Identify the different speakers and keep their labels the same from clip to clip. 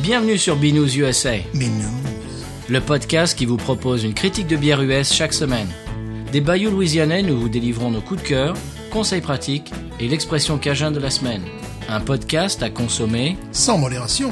Speaker 1: Bienvenue sur Binous USA,
Speaker 2: Mais non.
Speaker 1: le podcast qui vous propose une critique de bière US chaque semaine. Des bayous louisianais, nous vous délivrons nos coups de cœur, conseils pratiques et l'expression cajun de la semaine. Un podcast à consommer.
Speaker 2: Sans modération.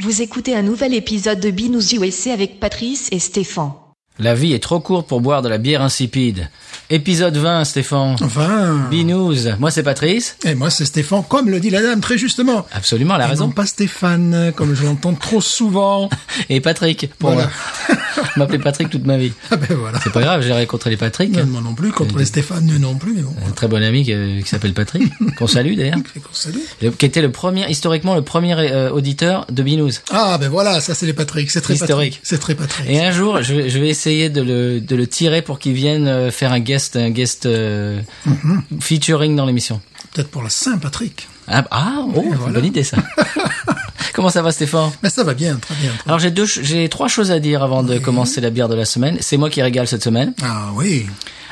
Speaker 3: Vous écoutez un nouvel épisode de Binous USA avec Patrice et Stéphane.
Speaker 1: La vie est trop courte pour boire de la bière insipide. Épisode 20, Stéphane.
Speaker 2: Enfin.
Speaker 1: Binous, moi c'est Patrice.
Speaker 2: Et moi, c'est Stéphane, comme le dit la dame, très justement.
Speaker 1: Absolument, la
Speaker 2: Et
Speaker 1: raison.
Speaker 2: non pas Stéphane, euh, comme je l'entends trop souvent.
Speaker 1: Et Patrick, pour
Speaker 2: Voilà.
Speaker 1: moi. Je m'appelais Patrick toute ma vie.
Speaker 2: Ah ben voilà.
Speaker 1: C'est pas grave, j'ai rencontré les Patrick.
Speaker 2: Non, moi non plus, contre les Stéphane, nous non plus, mais bon.
Speaker 1: Un très bon ami euh, qui, qui s'appelle Patrick, qu'on salue d'ailleurs.
Speaker 2: C'est qu'on salue.
Speaker 1: Le- qui était le premier, historiquement, le premier euh, auditeur de Binous.
Speaker 2: Ah ben voilà, ça c'est les Patrick, c'est très
Speaker 1: Historique.
Speaker 2: Patrick. C'est très Patrick.
Speaker 1: Et un jour, je, vais- je vais essayer de le, de le tirer pour qu'il vienne euh, faire un guest, un guest euh, featuring dans l'émission.
Speaker 2: Peut-être pour la Saint-Patrick.
Speaker 1: Ah, ah, oh, c'est une
Speaker 2: voilà.
Speaker 1: bonne idée ça. Comment ça va, Stéphane
Speaker 2: Mais ça va bien, très bien. très-
Speaker 1: Alors j'ai deux, ch- j'ai trois choses à dire avant de commencer la bière de la semaine. C'est moi qui régale cette semaine.
Speaker 2: Ah oui.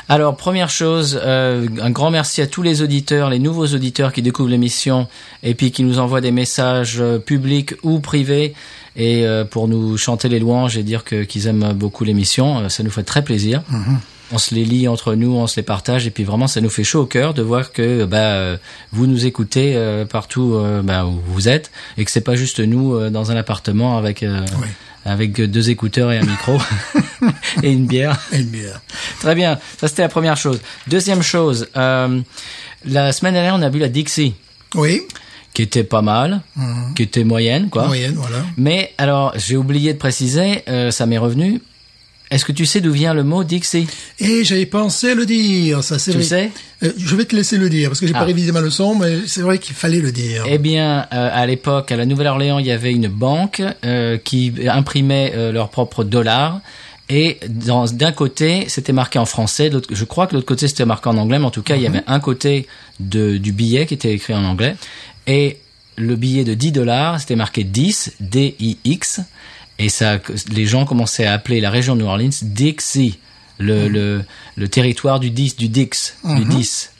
Speaker 1: Alors, première chose, euh, un grand merci à tous les auditeurs, les nouveaux auditeurs qui découvrent l'émission et puis qui nous envoient des messages euh, publics ou privés et euh, pour nous chanter les louanges et dire que qu'ils aiment beaucoup l'émission. Euh, ça nous fait très plaisir. On se les lit entre nous, on se les partage et puis vraiment ça nous fait chaud au cœur de voir que bah euh, vous nous écoutez euh, partout euh, bah, où vous êtes et que c'est pas juste nous euh, dans un appartement avec euh,
Speaker 2: Oui.
Speaker 1: avec deux écouteurs et un micro et une bière.
Speaker 2: Et une bière.
Speaker 1: Très bien, ça c'était la première chose. Deuxième chose, euh, la semaine dernière on a bu la Dixie,
Speaker 2: Oui.
Speaker 1: qui était pas mal, qui était moyenne quoi.
Speaker 2: Moyenne, voilà.
Speaker 1: Mais alors j'ai oublié de préciser, euh, ça m'est revenu. Est-ce que tu sais d'où vient le mot Dixie
Speaker 2: Et j'avais pensé à le dire, ça c'est
Speaker 1: Tu
Speaker 2: vrai.
Speaker 1: sais
Speaker 2: Euh, Je vais te laisser le dire, parce que j'ai
Speaker 1: Ah.
Speaker 2: pas révisé ma leçon, mais c'est vrai qu'il fallait le dire.
Speaker 1: Eh bien, euh, à l'époque, à la Nouvelle-Orléans, il y avait une banque euh, qui imprimait euh, leurs propres dollars. Et dans- d'un côté, c'était marqué en français. de l'autre- Je crois que de l'autre côté, c'était marqué en anglais. Mais en tout cas, il y avait un côté de- du billet qui était écrit en anglais. Et le billet de 10 dollars, c'était marqué 10, D-I-X. Et ça, les gens commençaient à appeler la région de New Orleans Dixie, le, le, le territoire du 10, du Dix, du 10.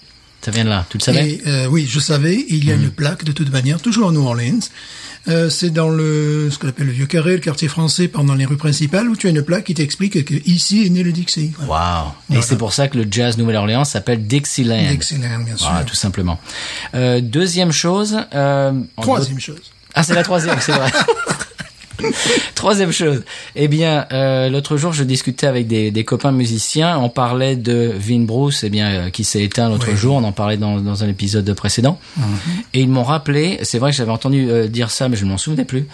Speaker 1: Ça vient de là, tu le savais Mhm.
Speaker 2: Et, euh, oui, je savais. Il y a une plaque, de toute manière, toujours à New Orleans. Euh, c'est dans le ce qu'on appelle le vieux carré, le quartier français, pendant les rues principales, où tu as une plaque qui t'explique que ici est né le Dixie. Voilà.
Speaker 1: Wow. Et c'est pour ça que le jazz Nouvelle-Orléans s'appelle Dixieland.
Speaker 2: Excellent, bien sûr.
Speaker 1: Voilà, tout simplement. Euh, deuxième chose. Euh, en
Speaker 2: Troisième chose.
Speaker 1: d'autres- Ah, c'est la troisième, c'est vrai. troisième chose. Eh bien, euh, l'autre jour, je discutais avec des, des copains musiciens. On parlait de Vin Bruce, eh bien, euh, qui s'est éteint l'autre
Speaker 2: Oui.
Speaker 1: jour. On en parlait dans, dans un épisode précédent. Et ils m'ont rappelé, c'est vrai que j'avais entendu euh, dire ça, mais je ne m'en souvenais plus,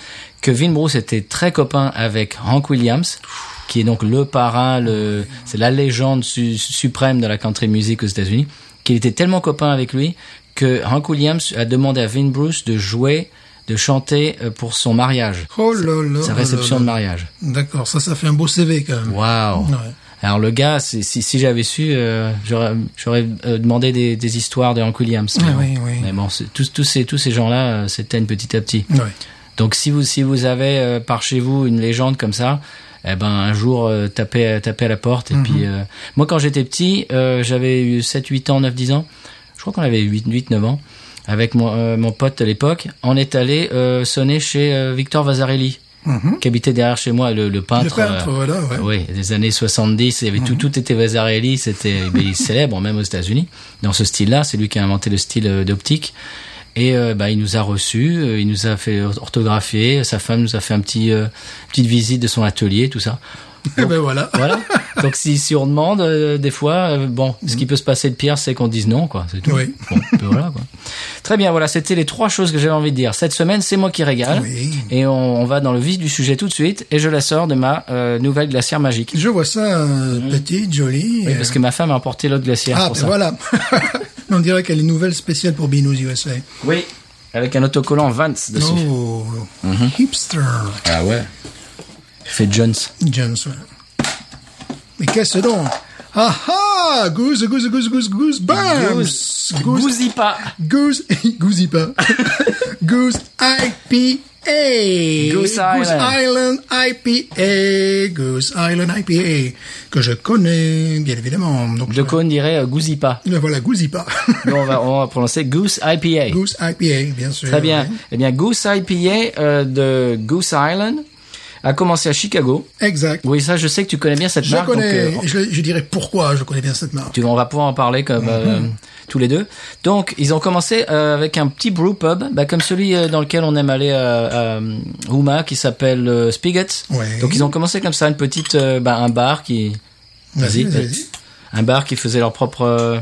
Speaker 1: que Vin Bruce était très copain avec Hank Williams, qui est donc le parrain, le, c'est la légende su- suprême de la country music aux États-Unis, qu'il était tellement copain avec lui que Hank Williams a demandé à Vin Bruce de jouer, de chanter euh, pour son mariage,
Speaker 2: Oh là là.
Speaker 1: sa
Speaker 2: là
Speaker 1: réception de
Speaker 2: là.
Speaker 1: mariage.
Speaker 2: D'accord, ça, ça fait un beau CV quand même.
Speaker 1: Waouh
Speaker 2: Ouais.
Speaker 1: Alors le gars, c'est- si, si j'avais su, euh, j'aurais j'aurais, euh, demandé des, des histoires de Hank Williams.
Speaker 2: Ah oui, oui.
Speaker 1: Mais bon, c'est- tous, tous ces, tous ces gens-là euh, s'éteignent petit à petit.
Speaker 2: Ouais.
Speaker 1: Donc si vous si vous avez euh, par chez vous une légende comme ça, eh ben un jour euh, tapez tapez à la porte et
Speaker 2: Mhm.
Speaker 1: puis euh, moi quand j'étais petit, euh, j'avais eu 7 8 ans, 9 10 ans. Je crois qu'on avait 8 8 9 ans avec mon euh, mon pote de l'époque, on est allé euh, sonner chez euh, Victor Vasarelli qui habitait derrière chez moi le, le
Speaker 2: Mhm. Le
Speaker 1: peintre.
Speaker 2: peintre,
Speaker 1: euh,
Speaker 2: voilà, ouais.
Speaker 1: oui, des années 70, il y avait tout, tout était Vasarelli, c'était ben, il est célèbre même aux États-Unis dans ce style-là. C'est lui qui a inventé le style euh, d'optique. Et euh, bah, il nous a reçus, euh, il nous a fait orthographier, sa femme nous a fait un petit euh, petite visite de son atelier, tout ça.
Speaker 2: Eh ben voilà.
Speaker 1: Voilà. Donc si, si on demande euh, des fois, euh, bon, ce qui peut se passer de pire, c'est qu'on dise non, quoi. C'est tout.
Speaker 2: Mm. Oui.
Speaker 1: Bon, ben voilà, quoi. Très bien, voilà, c'était les trois choses que j'avais envie de dire. Cette semaine, c'est moi qui régale.
Speaker 2: Oui.
Speaker 1: Et on, on va dans le vif du sujet tout de suite, et je la sors de ma euh, nouvelle glacière magique.
Speaker 2: Je vois ça euh, petite, jolie.
Speaker 1: Mhm. Oui, parce que ma femme a emporté l'autre glacière
Speaker 2: Ah,
Speaker 1: pour
Speaker 2: ben
Speaker 1: ça.
Speaker 2: voilà. On dirait qu'elle est nouvelle spéciale pour Binous USA.
Speaker 1: Oui. Avec un autocollant Vance dessus.
Speaker 2: Oh, hipster.
Speaker 1: Ah ouais. Fait Jones.
Speaker 2: James. voilà. Mais qu'est-ce donc Ah ah Goose, goose, goose, goose, goose, bam
Speaker 1: Goose.
Speaker 2: Goose,
Speaker 1: Bousille pas.
Speaker 2: goose, goose, goose, goose IPA. Hey,
Speaker 1: Goose Island.
Speaker 2: Island IPA, Goose Island IPA, que je connais bien évidemment. Donc,
Speaker 1: De Cohn dirait euh, Gouzipa.
Speaker 2: je- voilà, Gouzipa.
Speaker 1: Nous, on va, on va prononcer Goose IPA.
Speaker 2: Goose IPA, bien sûr.
Speaker 1: Très bien.
Speaker 2: oui.
Speaker 1: Eh bien, Goose IPA euh, de Goose Island a commencé à Chicago.
Speaker 2: Exact.
Speaker 1: Oui, ça, je sais que tu connais bien cette
Speaker 2: Je
Speaker 1: marque.
Speaker 2: connais,
Speaker 1: donc, euh,
Speaker 2: je, je dirais pourquoi je connais bien cette marque.
Speaker 1: tu, on va pouvoir en parler comme, euh,
Speaker 2: Mhm.
Speaker 1: tous les deux. Donc, ils ont commencé euh, avec un petit brew pub, bah, comme celui euh, dans lequel on aime aller à, à Houma, qui s'appelle euh, Spigot.
Speaker 2: Ouais.
Speaker 1: Donc, ils ont commencé comme ça, une petite, euh, bah, un bar qui,
Speaker 2: Vas-y,
Speaker 1: Vas-y,
Speaker 2: vas-y.
Speaker 1: un bar qui faisait leur propre euh,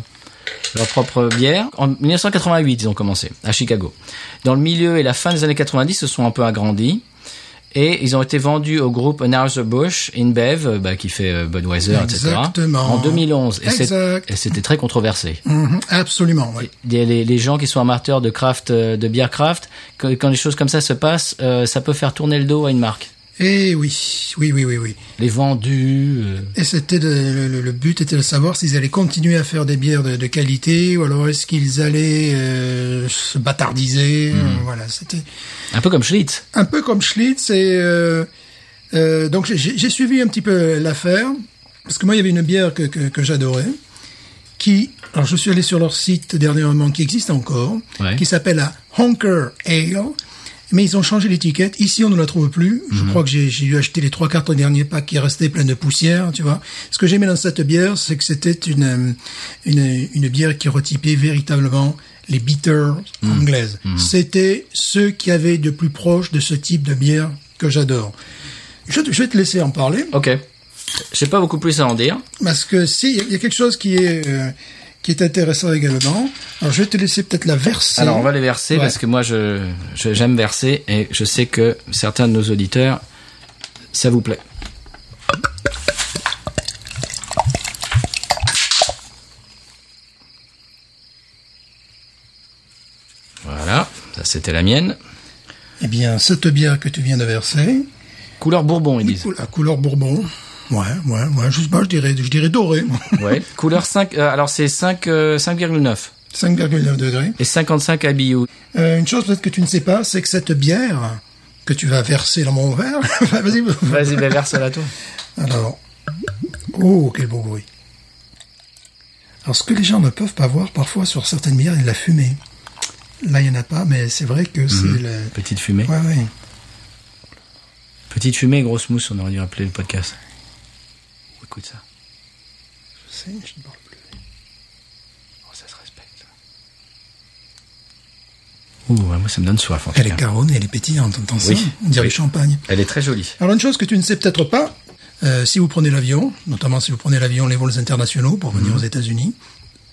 Speaker 1: leur propre bière. En 1988, ils ont commencé à Chicago. Dans le milieu et la fin des années 90, ils se sont un peu agrandis et ils ont été vendus au groupe Anheuser-Busch InBev, euh, bah, qui fait euh, Budweiser,
Speaker 2: Exactement.
Speaker 1: etc. En 2011. Et c'est-
Speaker 2: Exact.
Speaker 1: et c'était très controversé.
Speaker 2: Mhm, absolument, oui.
Speaker 1: Des- les, les gens qui sont amateurs de craft, euh, de bière craft, quand, quand les choses comme ça se passent, euh, ça peut faire tourner le dos à une marque.
Speaker 2: Et Eh oui, oui, oui, oui, oui.
Speaker 1: Les vendus. euh,
Speaker 2: Et c'était de- le, le- le but était de savoir s'ils allaient continuer à faire des bières de, de qualité ou alors est-ce qu'ils allaient euh, se bâtardiser. euh, Voilà, c'était
Speaker 1: un peu comme Schlitz.
Speaker 2: un peu comme Schlitz. Et euh, euh, donc j'ai- j'ai j'ai suivi un petit peu l'affaire parce que moi il y avait une bière que, que, que j'adorais qui, alors je suis allé sur leur site dernièrement qui existe encore,
Speaker 1: Ouais.
Speaker 2: qui s'appelle la Honker Ale. Mais ils ont changé l'étiquette. Ici, on ne la trouve plus. Je crois que j'ai j'ai dû acheter les trois quatre derniers packs qui restaient pleins de poussière, tu vois. Ce que j'aimais dans cette bière, c'est que c'était une, euh, une, une bière qui retypait véritablement les bitters anglaises. C'était ce qu'il y avait de plus proche de ce type de bière que j'adore. Je, te- je vais te laisser en parler.
Speaker 1: Ok. Je sais pas beaucoup plus à en dire.
Speaker 2: Parce que si, il y a- il y a quelque chose qui est, euh, qui est intéressant également. Alors, je vais te laisser peut-être la verser.
Speaker 1: Alors on va les verser
Speaker 2: Ouais.
Speaker 1: parce que moi je je- j'aime verser et je sais que certains de nos auditeurs ça vous plaît. Voilà, ça c'était la mienne.
Speaker 2: Eh bien, cette bière que tu viens de verser,
Speaker 1: Couleur bourbon ils disent.
Speaker 2: la couleur bourbon. Ouais, ouais, ouais, je sais pas, je dirais, je dirais doré. moi.
Speaker 1: Ouais. Couleur 5 euh, alors c'est 5 euh, 5,9
Speaker 2: 5,9 degrés.
Speaker 1: et 55 IBU.
Speaker 2: Euh, une chose peut-être que tu ne sais pas, c'est que cette bière que tu vas verser dans mon verre, vas-y.
Speaker 1: Vas-y, ben, verse-la toi.
Speaker 2: Alors, oh, quel beau bruit. Alors, ce que les gens ne peuvent pas voir parfois sur certaines bières, il y a de la fumée. Là, il n'y en a pas, mais c'est vrai
Speaker 1: Mhm.
Speaker 2: que c'est le...
Speaker 1: Petite fumée.
Speaker 2: Ouais, ouais.
Speaker 1: Petite fumée, grosse mousse, on aurait dû appeler le podcast. Écoute ça.
Speaker 2: Je sais, je ne parle plus.
Speaker 1: Oh, ça se respecte. Ouh, ouais, moi ça me donne soif en tout
Speaker 2: Elle est
Speaker 1: cas.
Speaker 2: caronnée, elle est pétillante, entends ça
Speaker 1: Oui,
Speaker 2: On dirait
Speaker 1: oui.
Speaker 2: du champagne.
Speaker 1: Elle est très jolie.
Speaker 2: Alors une chose que tu ne sais peut-être pas, euh, si vous prenez l'avion, notamment si vous prenez l'avion les vols internationaux pour
Speaker 1: Mhm.
Speaker 2: venir aux États-Unis,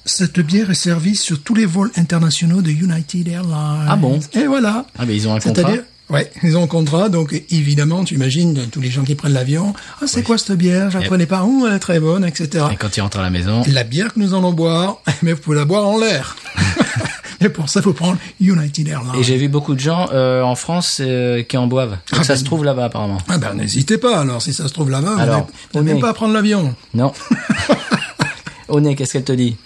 Speaker 2: cette bière est servie sur tous les vols internationaux de United Airlines.
Speaker 1: Ah bon
Speaker 2: Et voilà.
Speaker 1: Ah, mais ils ont un contrat
Speaker 2: C'est-à-dire Ouais, ils ont un contrat, donc évidemment, tu imagines tous les gens qui prennent l'avion. Ah, c'est quoi cette bière Je la
Speaker 1: Et-
Speaker 2: connais pas. Oh, elle est très bonne, etc.
Speaker 1: Et quand ils rentrent à la maison,
Speaker 2: La bière que nous allons boire, mais vous pouvez la boire en l'air. Et pour ça, il faut prendre United Airlines.
Speaker 1: et j'ai vu beaucoup de gens euh, en France euh, qui en boivent. Donc, ça se trouve là-bas apparemment.
Speaker 2: Ah ben n'hésitez pas alors, si ça se trouve là-bas,
Speaker 1: Alors,
Speaker 2: vous
Speaker 1: on
Speaker 2: n'avez
Speaker 1: est-
Speaker 2: pas à prendre l'avion.
Speaker 1: Non. Au nez, qu'est-ce qu'elle te dit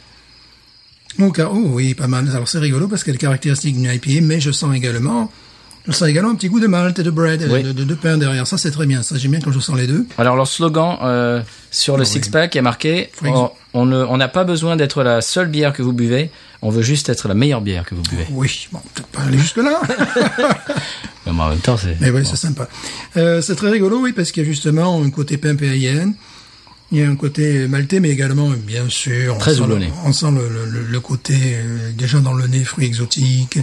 Speaker 2: Donc, ah, oh oui, pas mal. Alors c'est rigolo parce qu'elle est caractéristique d'une IPA, mais je sens également, je sens également un petit goût de malt et de bread, euh,
Speaker 1: Oui.
Speaker 2: de, de- de pain derrière. Ça c'est très bien, ça j'aime bien quand je sens les deux.
Speaker 1: Alors leur slogan euh, sur le six-pack est marqué
Speaker 2: Oui.
Speaker 1: on on ne- on n'a pas besoin d'être la seule bière que vous buvez, on veut juste être la meilleire bière que vous buvez.
Speaker 2: Oui, bon, peut-être pas aller jusque-là,
Speaker 1: Mais en même temps, c'est...
Speaker 2: mais oui, Eh c'est sympa. Euh, c'est très rigolo, oui, parce qu'il y a justement un côté pain périen, il y a un côté maltais, mais également, bien sûr, on
Speaker 1: Très
Speaker 2: sent, le,
Speaker 1: houblonné.
Speaker 2: on sent le, le- le- le côté euh, déjà dans le nez, fruits exotiques.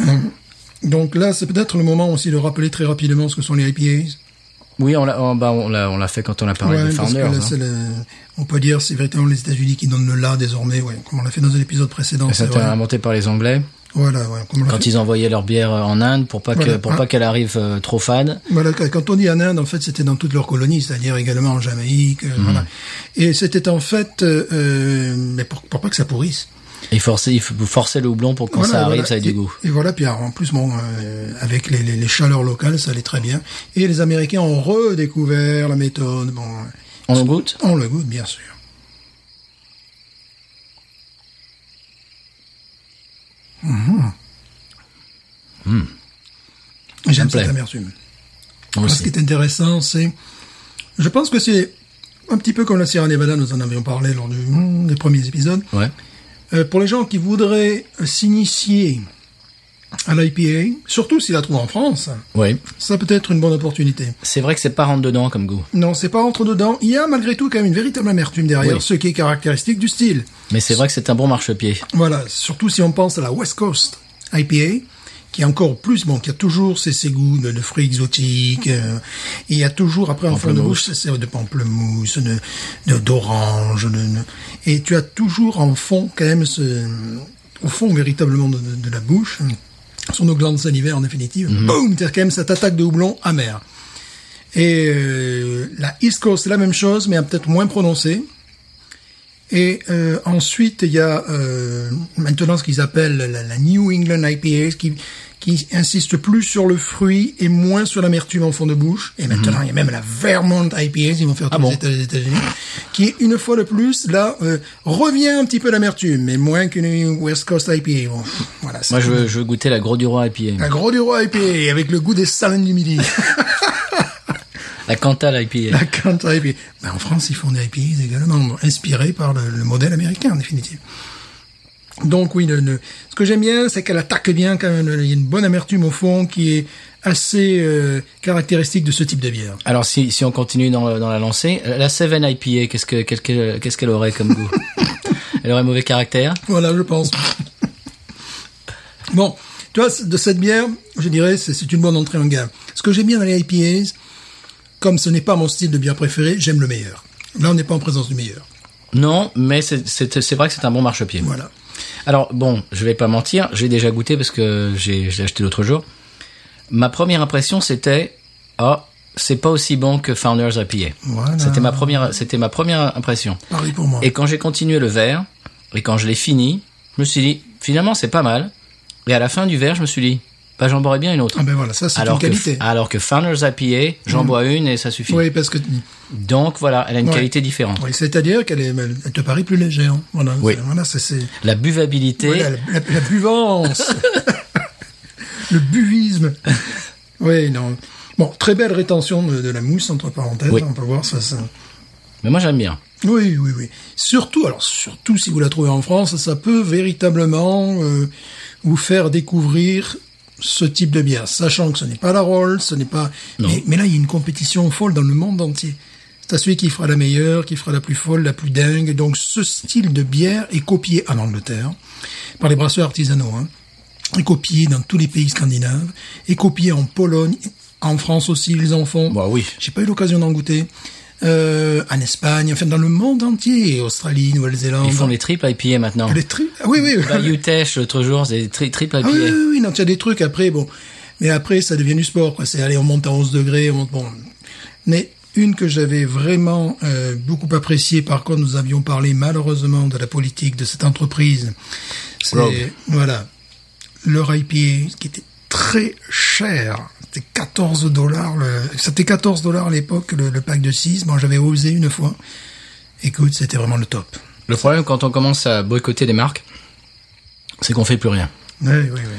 Speaker 2: Euh, donc là, c'est peut-être le moment aussi de rappeler très rapidement ce que sont les IPAs.
Speaker 1: Oui, on l'a, on, bah, on l'a, on l'a fait quand on a parlé
Speaker 2: Ouais,
Speaker 1: de
Speaker 2: parce que
Speaker 1: Founders.
Speaker 2: là,
Speaker 1: hein.
Speaker 2: c'est le- on peut dire c'est véritablement les États-Unis qui donnent le là désormais, ouais, comme on l'a fait dans un épisode précédent. c'est
Speaker 1: C'était
Speaker 2: vrai.
Speaker 1: inventé par les Anglais.
Speaker 2: Voilà, ouais, comme on l'a
Speaker 1: quand
Speaker 2: fait-
Speaker 1: ils envoyaient leur bière euh, en Inde pour pas que,
Speaker 2: Voilà. Ah.
Speaker 1: pour pas qu'elle arrive euh, trop fade.
Speaker 2: Voilà, quand quand on dit en Inde, en fait, c'était dans toutes leurs colonies, c'est-à-dire également en Jamaïque. euh,
Speaker 1: Mmh.
Speaker 2: voilà. Et c'était en fait, euh, euh, mais pour, pour pas que ça pourrisse.
Speaker 1: Et forcer, il faut forcer le houblon pour que quand
Speaker 2: Voilà,
Speaker 1: ça arrive,
Speaker 2: voilà.
Speaker 1: ça ait du
Speaker 2: Et-
Speaker 1: goût.
Speaker 2: Et voilà, puis alors, en plus, bon, euh, avec les, les- les chaleurs locales, ça allait très bien. Et les Américains ont redécouvert la méthode. Bon, euh,
Speaker 1: On en goûte
Speaker 2: on le goûte, bien sûr. Mmh. J'aime
Speaker 1: Mmh. plaît.
Speaker 2: cette amertume.
Speaker 1: Moi
Speaker 2: Ah, Ce qui
Speaker 1: aussi.
Speaker 2: est intéressant, c'est, je pense que c'est un petit peu comme la Sierra Nevada, nous en avions parlé lors du- hmm, des premiers épisodes.
Speaker 1: Ouais.
Speaker 2: Euh, pour les gens qui voudraient euh, s'initier à l'IPA, surtout s'ils la trouvent en France,
Speaker 1: Oui.
Speaker 2: ça peut être une bonne opportunité.
Speaker 1: C'est vrai que c'est pas rentre dedans comme goût.
Speaker 2: Non, c'est pas entre dedans. Il y a malgré tout quand même une véritable amertume derrière,
Speaker 1: Oui.
Speaker 2: ce qui est caractéristique du style.
Speaker 1: Mais c'est vrai que c'est un bon marchepied.
Speaker 2: Voilà, surtout si on pense à la West Coast IPA, qui est encore plus, bon, qui a toujours ses, ses goûts de, de fruits exotiques, euh, et il y a toujours, après, en fin de bouche, c'est- c'est de pamplemousse, de, de- d'orange, de, de- et tu as toujours en fond, quand même, ce, au fond, véritablement, de, de- de la bouche, sur nos glandes salivaires, en définitive, boum, t'as quand même cette attaque de houblon amer. Et euh, la East Coast, c'est la même chose, mais peut-être moins prononcée. Et euh, ensuite, il y a euh, maintenant ce qu'ils appellent la, la New England IPA, qui, qui insiste plus sur le fruit et moins sur l'amertume en fond de bouche. Et maintenant, il y a même la Vermont IPA, ils vont faire tous
Speaker 1: Mhm. Ah bon
Speaker 2: les États- les États-Unis, qui, une fois de plus, là, euh, revient un petit peu l'amertume, mais moins qu'une West Coast IPA. Bon, voilà, c'est
Speaker 1: Moi, je veux, je veux goûter la Gros du Roi IPA.
Speaker 2: la Gros du Roi IPA, avec le goût des salines du midi.
Speaker 1: La Cantal IPA.
Speaker 2: La Canter IPA. Ben, en France, ils font des IPAs également, bon, inspirés par le, le modèle américain, en définitive. Donc oui, le- le- ce que j'aime bien, c'est qu'elle attaque bien quand même. Il y a une bonne amertume au fond qui est assez euh, caractéristique de ce type de bière.
Speaker 1: Alors, si, si on continue dans, le- dans la lancée, euh, la Seven IPA, qu'est-ce que- qu'est-ce qu'elle qu'est-ce qu'elle aurait comme goût Elle aurait mauvais caractère
Speaker 2: Voilà, je pense. bon, tu vois, de cette bière, je dirais, c'est c'est une bonne entrée en gamme. Ce que j'aime bien dans les IPAs, comme ce n'est pas mon style de bière préféré, j'aime le meilleur. Là, on n'est pas en présence du meilleur.
Speaker 1: Non, mais c'est- c'est c'est vrai que c'est un bon marchepied.
Speaker 2: Voilà.
Speaker 1: Alors bon, je vais pas mentir, j'ai déjà goûté parce que j'ai je l'ai acheté l'autre jour. Ma première impression c'était ah c'est pas aussi bon que Founders IPA.
Speaker 2: Voilà.
Speaker 1: C'était ma première c'était ma première impression.
Speaker 2: Pareil pour moi.
Speaker 1: Et quand j'ai continué le verre et quand je l'ai fini, je me suis dit finalement c'est pas mal. Et à la fin du verre, je me suis dit bah j'en boirais bien une autre.
Speaker 2: Ah ben voilà, ça c'est une
Speaker 1: alors que
Speaker 2: qualité. Mm.
Speaker 1: alors que Founders IPA, j'en bois une et ça suffit.
Speaker 2: Oui, parce que
Speaker 1: Donc voilà, elle a une
Speaker 2: Ouais.
Speaker 1: qualité différente.
Speaker 2: oui, c'est-à-dire qu'elle est, elle te paraît plus légère. Voilà,
Speaker 1: Oui.
Speaker 2: c'est- voilà, c'est c'est-
Speaker 1: La buvabilité,
Speaker 2: voilà, la, la- la buvance, le buvisme. Oui, non. Bon, très belle rétention de, de la mousse entre parenthèses.
Speaker 1: Oui.
Speaker 2: On peut voir ça, ça.
Speaker 1: mais moi j'aime bien.
Speaker 2: Oui, oui, oui. Surtout, alors surtout si vous la trouvez en France, ça peut véritablement euh, vous faire découvrir ce type de bière, sachant que ce n'est pas la Rolls, ce n'est pas.
Speaker 1: Non.
Speaker 2: Mais, mais là, il y a une compétition folle dans le monde entier. C'est à celui qui fera la meilleure, qui fera la plus folle, la plus dingue. Donc, ce style de bière est copié en Angleterre par les brasseurs artisanaux. Hein est copié dans tous les pays scandinaves, est copié en Pologne, en France aussi, ils en font.
Speaker 1: Bah oui.
Speaker 2: J'ai pas eu l'occasion d'en goûter. Euh, en Espagne, enfin dans le monde entier, Australie, Nouvelle-Zélande.
Speaker 1: Ils font les triples IPA maintenant.
Speaker 2: Les tri- Ah oui, oui.
Speaker 1: Bah, Utech, l'autre jour, c'est tri triple IPA.
Speaker 2: Ah oui, oui, oui, non, tu as des trucs après, bon. Mais après, ça devient du sport, quoi. C'est aller, on monte à 11 degrés, on monte, bon. Mais une que j'avais vraiment euh, beaucoup appréciée, par contre, nous avions parlé malheureusement de la politique de cette entreprise. C'est,
Speaker 1: Rogue.
Speaker 2: voilà. Leur IPA, qui était très cher. C'était 14 dollars le, c'était 14 dollars à l'époque, le, le pack de 6. Bon, j'avais osé une fois. Écoute, c'était vraiment le top.
Speaker 1: Le problème, quand on commence à boycotter les marques, c'est qu'on fait plus rien.
Speaker 2: Oui, oui, oui.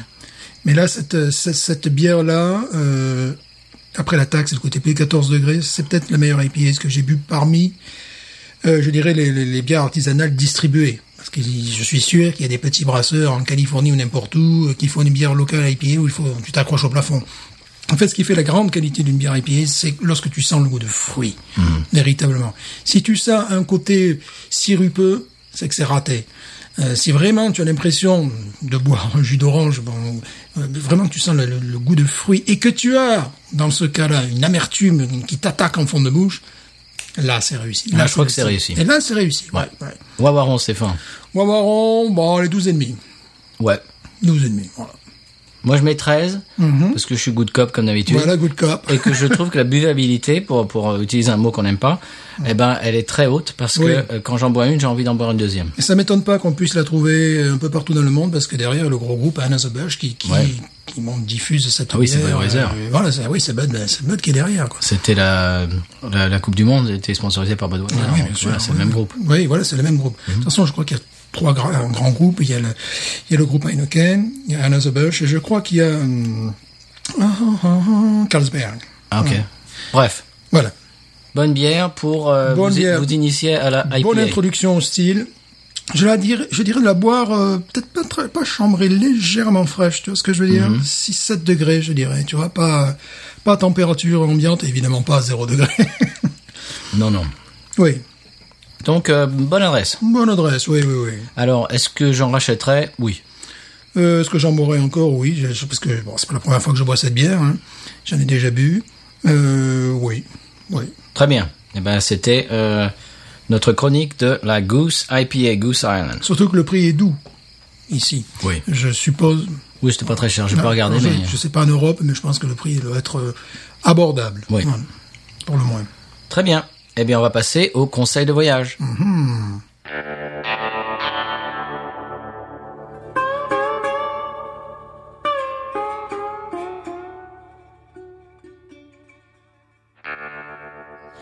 Speaker 2: Mais là, cette, euh, cette, cette bière-là, euh, après la taxe, le côté plus 14 degrés, c'est peut-être la meilleure IPA que j'ai bu parmi, euh, je dirais, les, les, les bières artisanales distribuées. Parce que je suis sûr qu'il y a des petits brasseurs en Californie ou n'importe où euh, qui font une bière locale IPA où il faut, tu t'accroches au plafond. En fait, ce qui fait la grande qualité d'une bière IPA, c'est lorsque tu sens le goût de fruits,
Speaker 1: Hmm.
Speaker 2: véritablement. Si tu sens un côté sirupeux, c'est que c'est raté. Euh, si vraiment tu as l'impression de boire un jus d'orange, bon, euh, vraiment tu sens le, le- le goût de fruits et que tu as, dans ce cas-là, une amertume qui t'attaque en fond de bouche, là c'est réussi. Là,
Speaker 1: Ah, je crois que c'est réussi.
Speaker 2: Et là c'est réussi.
Speaker 1: Ouais. Wawaron, c'est fin.
Speaker 2: Wawaron, bon, les 12,5.
Speaker 1: Ouais.
Speaker 2: 12,5, voilà.
Speaker 1: Moi, je mets 13, parce que je suis good cop comme d'habitude.
Speaker 2: Mhm. Voilà, good cop.
Speaker 1: Et que je trouve que la buvabilité, pour, pour euh, utiliser un mot qu'on n'aime pas, eh ben, elle est très haute parce
Speaker 2: Oui.
Speaker 1: que euh, quand j'en bois une, j'ai envie d'en boire une deuxième.
Speaker 2: Et ça m'étonne pas qu'on puisse la trouver un peu partout dans le monde parce que derrière le gros groupe Anna the Bush qui qui,
Speaker 1: Ouais.
Speaker 2: qui bon, diffuse cette
Speaker 1: Ah oui, c'est
Speaker 2: bière,
Speaker 1: Budweiser.
Speaker 2: euh, voilà, c'est- oui, c'est Bud, ben, c'est Bud qui est derrière quoi.
Speaker 1: C'était la, la, la Coupe du Monde, était sponsorisée par Budweiser.
Speaker 2: Ah oui,
Speaker 1: Donc,
Speaker 2: bien sûr.
Speaker 1: voilà, c'est le même groupe. Mhm.
Speaker 2: Oui, voilà, c'est le même groupe. De toute façon, je crois qu'il y a trois grands, un grand groupe. Il y a le, il y a le groupe Heineken, il y a Another Bush, et je crois qu'il y a hum, Carlsberg.
Speaker 1: Ah, ok. Bref,
Speaker 2: Voilà.
Speaker 1: bonne bière pour euh,
Speaker 2: Bonne
Speaker 1: vous,
Speaker 2: bière.
Speaker 1: vous initier à la IPA.
Speaker 2: Bonne introduction au style. Je, la dirais, je dirais de la boire euh, peut-être pas très, pas chambrée, légèrement fraîche, tu vois ce que je veux dire 6-7 degrés, je dirais, tu vois, pas, euh, pas à température ambiante, évidemment pas à 0 degré.
Speaker 1: Non, non.
Speaker 2: oui,
Speaker 1: Donc, euh, bonne adresse.
Speaker 2: bonne adresse, oui, oui, oui.
Speaker 1: Alors, est-ce que j'en rachèterais Oui.
Speaker 2: Euh, Est-ce que j'en boirai encore Oui, je- je- parce que bon, c'est pas la première fois que je bois cette bière, hein. j'en ai déjà bu. Euh, oui, oui.
Speaker 1: Très bien. Eh ben, c'était euh, notre chronique de la Goose IPA, Goose Island.
Speaker 2: Surtout que le prix est doux, ici.
Speaker 1: Oui.
Speaker 2: Je suppose...
Speaker 1: Oui, c'était pas très cher, j'ai pas regardé,
Speaker 2: je,
Speaker 1: mais...
Speaker 2: je sais pas en Europe, mais je pense que le prix doit être euh, abordable.
Speaker 1: Oui.
Speaker 2: Voilà. pour le moins.
Speaker 1: Très bien. Eh bien, on va passer au conseil de voyage.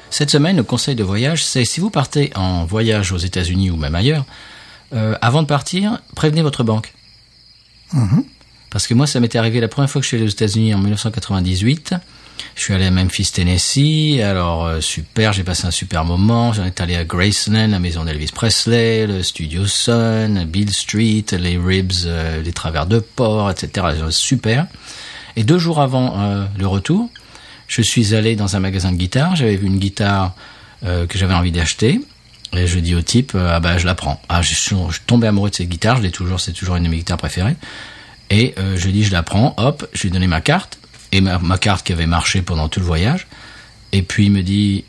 Speaker 1: Cette semaine, le conseil de voyage, c'est si vous partez en voyage aux États-Unis ou même ailleurs, euh, avant de partir, prévenez votre banque. Parce que moi, ça m'était arrivé la première fois que je suis allé aux États-Unis en 1998. Je suis allé à Memphis, Tennessee. Alors, euh, super, j'ai passé un super moment. J'en étais allé à Graceland, la maison d'Elvis Presley, le Studio Sun, Bill Street, les ribs, euh, les travers de porc, etc. Alors, Super. Et deux jours avant euh, le retour, je suis allé dans un magasin de guitare. J'avais vu une guitare euh, que j'avais envie d'acheter. Et je dis au type, euh, ah bah je la prends. Ah, je suis, je suis tombé amoureux de cette guitare, je l'ai toujours, c'est toujours une de mes guitares préférées. Et euh, je dis, je la prends, hop, je lui ai donné ma carte, et ma, ma carte qui avait marché pendant tout le voyage. Et puis il me dit,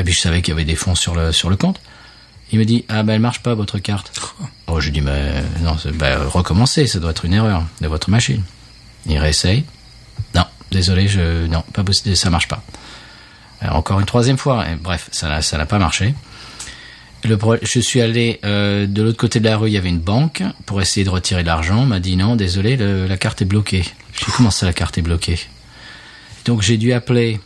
Speaker 1: et puis je savais qu'il y avait des fonds sur le, sur le compte. Il me dit, ah ben elle marche pas votre carte. Oh, je lui dis, mais non, c'est- bah, recommencez, ça doit être une erreur de votre machine. Il réessaye. Non, désolé, je, non, pas possible, ça marche pas. Alors, encore une troisième fois, et bref, ça n'a- ça n'a pas marché. Le pro- je suis allé euh, de l'autre côté de la rue, il y avait une banque pour essayer de retirer de l'argent. On M'a dit non, désolé, le- la carte est bloquée. J'ai dit, comment ça, la carte est bloquée Donc j'ai dû appeler,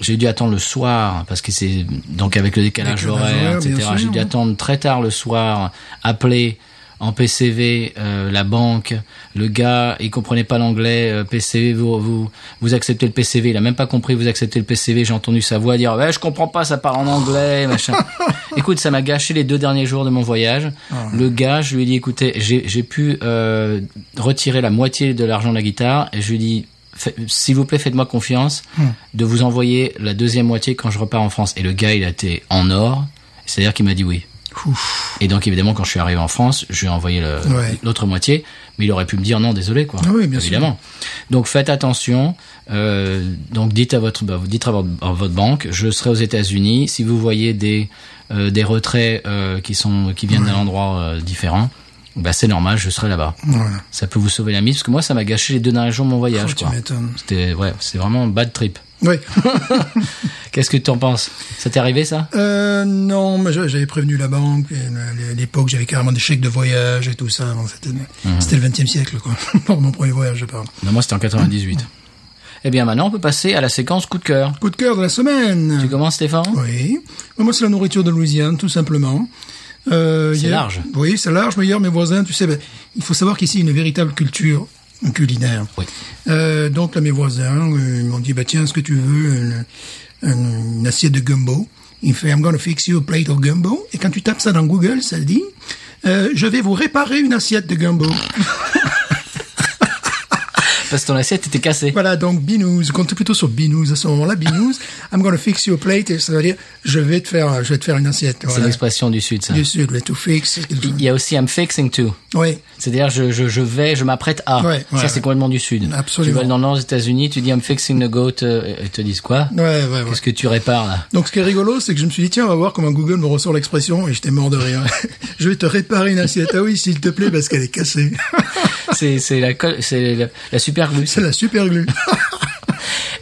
Speaker 1: j'ai dû attendre le soir parce que c'est donc avec le décalage
Speaker 2: Décalage
Speaker 1: horaire,
Speaker 2: horaire, bien
Speaker 1: etc.
Speaker 2: sûr,
Speaker 1: J'ai dû
Speaker 2: ouais.
Speaker 1: attendre très tard le soir, appeler en PCV euh, la banque. Le gars, il comprenait pas l'anglais. euh, PCV, vous, vous vous acceptez le PCV. Il a même pas compris. Vous acceptez le PCV. J'ai entendu sa voix dire, ouais, je comprends pas, ça parle en anglais, machin. Écoute, ça m'a gâché les deux derniers jours de mon voyage.
Speaker 2: Ah.
Speaker 1: Le gars, je lui ai dit, écoutez, j'ai j'ai pu euh, retirer la moitié de l'argent de la guitare et je lui ai dit, fait- s'il vous plaît, faites-moi confiance de vous envoyer la deuxième moitié quand je repars en France. Et le gars, il a été en or, c'est-à-dire qu'il m'a dit oui.
Speaker 2: Ouf.
Speaker 1: Et donc, évidemment, quand je suis arrivé en France, je lui ai envoyé le-
Speaker 2: Ouais.
Speaker 1: l'autre moitié, mais il aurait pu me dire non, désolé, quoi.
Speaker 2: Ah oui, bien sûr.
Speaker 1: évidemment. Donc, faites attention. euh, donc, dites à votre, bah, vous dites à votre, à votre banque, je serai aux États-Unis. Si vous voyez des, euh, des retraits euh, qui sont, qui viennent d'un endroit euh, différent, bah, c'est normal, je serai là-bas.
Speaker 2: Voilà.
Speaker 1: Ça peut vous sauver la mise, parce que moi, ça m'a gâché les deux derniers jours de mon voyage,
Speaker 2: Oh, tu
Speaker 1: quoi.
Speaker 2: m'étonnes.
Speaker 1: C'était, ouais, c'est vraiment un bad trip.
Speaker 2: Oui.
Speaker 1: Qu'est-ce que tu en penses Ça t'est arrivé, ça
Speaker 2: Euh, non, mais je- j'avais prévenu la banque. et, euh, À l'époque, j'avais carrément des chèques de voyage et tout ça. Bon, C'était
Speaker 1: Mhm.
Speaker 2: c'était le 20e siècle, quoi. Pour mon premier voyage, je parle.
Speaker 1: Non, moi, c'était en 98. Eh bien, maintenant, on peut passer à la séquence coup de cœur.
Speaker 2: Coup de cœur de la semaine.
Speaker 1: Tu commences, Stéphane
Speaker 2: Oui. Mais Moi, c'est la nourriture de Louisiane, tout simplement. Euh,
Speaker 1: C'est
Speaker 2: hier-
Speaker 1: large.
Speaker 2: Oui, c'est large, mais hier, mes voisins, tu sais, ben, il faut savoir qu'ici, il y a une véritable culture culinaire.
Speaker 1: Oui.
Speaker 2: Euh, donc, là, mes voisins, euh, ils m'ont dit, bah, tiens, est-ce que tu veux une, une- une assiette de gumbo? Il fait, I'm gonna fix you a plate of gumbo. Et quand tu tapes ça dans Google, ça dit, euh, je vais vous réparer une assiette de gumbo.
Speaker 1: Parce que ton assiette était cassée.
Speaker 2: Voilà, donc Binous, comptez plutôt sur Binous à ce moment-là, Binous, I'm gonna fix you a plate, et ça veut dire, je vais te faire, je vais te faire une assiette.
Speaker 1: C'est
Speaker 2: Voilà.
Speaker 1: l'expression du Sud, ça.
Speaker 2: Bien sûr, le tout fixe.
Speaker 1: Il y a aussi I'm fixing to.
Speaker 2: Oui,
Speaker 1: C'est-à-dire, je, je, je vais, je m'apprête à.
Speaker 2: Ouais,
Speaker 1: ça,
Speaker 2: ouais,
Speaker 1: c'est
Speaker 2: ouais.
Speaker 1: complètement du Sud.
Speaker 2: Absolument.
Speaker 1: Tu vas dans le nord des États-Unis, tu dis I'm fixing the goat, euh, ils te disent quoi
Speaker 2: ouais, ouais, ouais.
Speaker 1: Qu'est-ce que tu répares, là
Speaker 2: Donc ce qui est rigolo, c'est que je me suis dit, tiens, on va voir comment Google me ressort l'expression, et j'étais mort de rire. je vais te réparer une assiette, ah oui, s'il te plaît, parce qu'elle est cassée.
Speaker 1: C'est c'est la, co- c'est la, la super glue.
Speaker 2: c'est la super glue.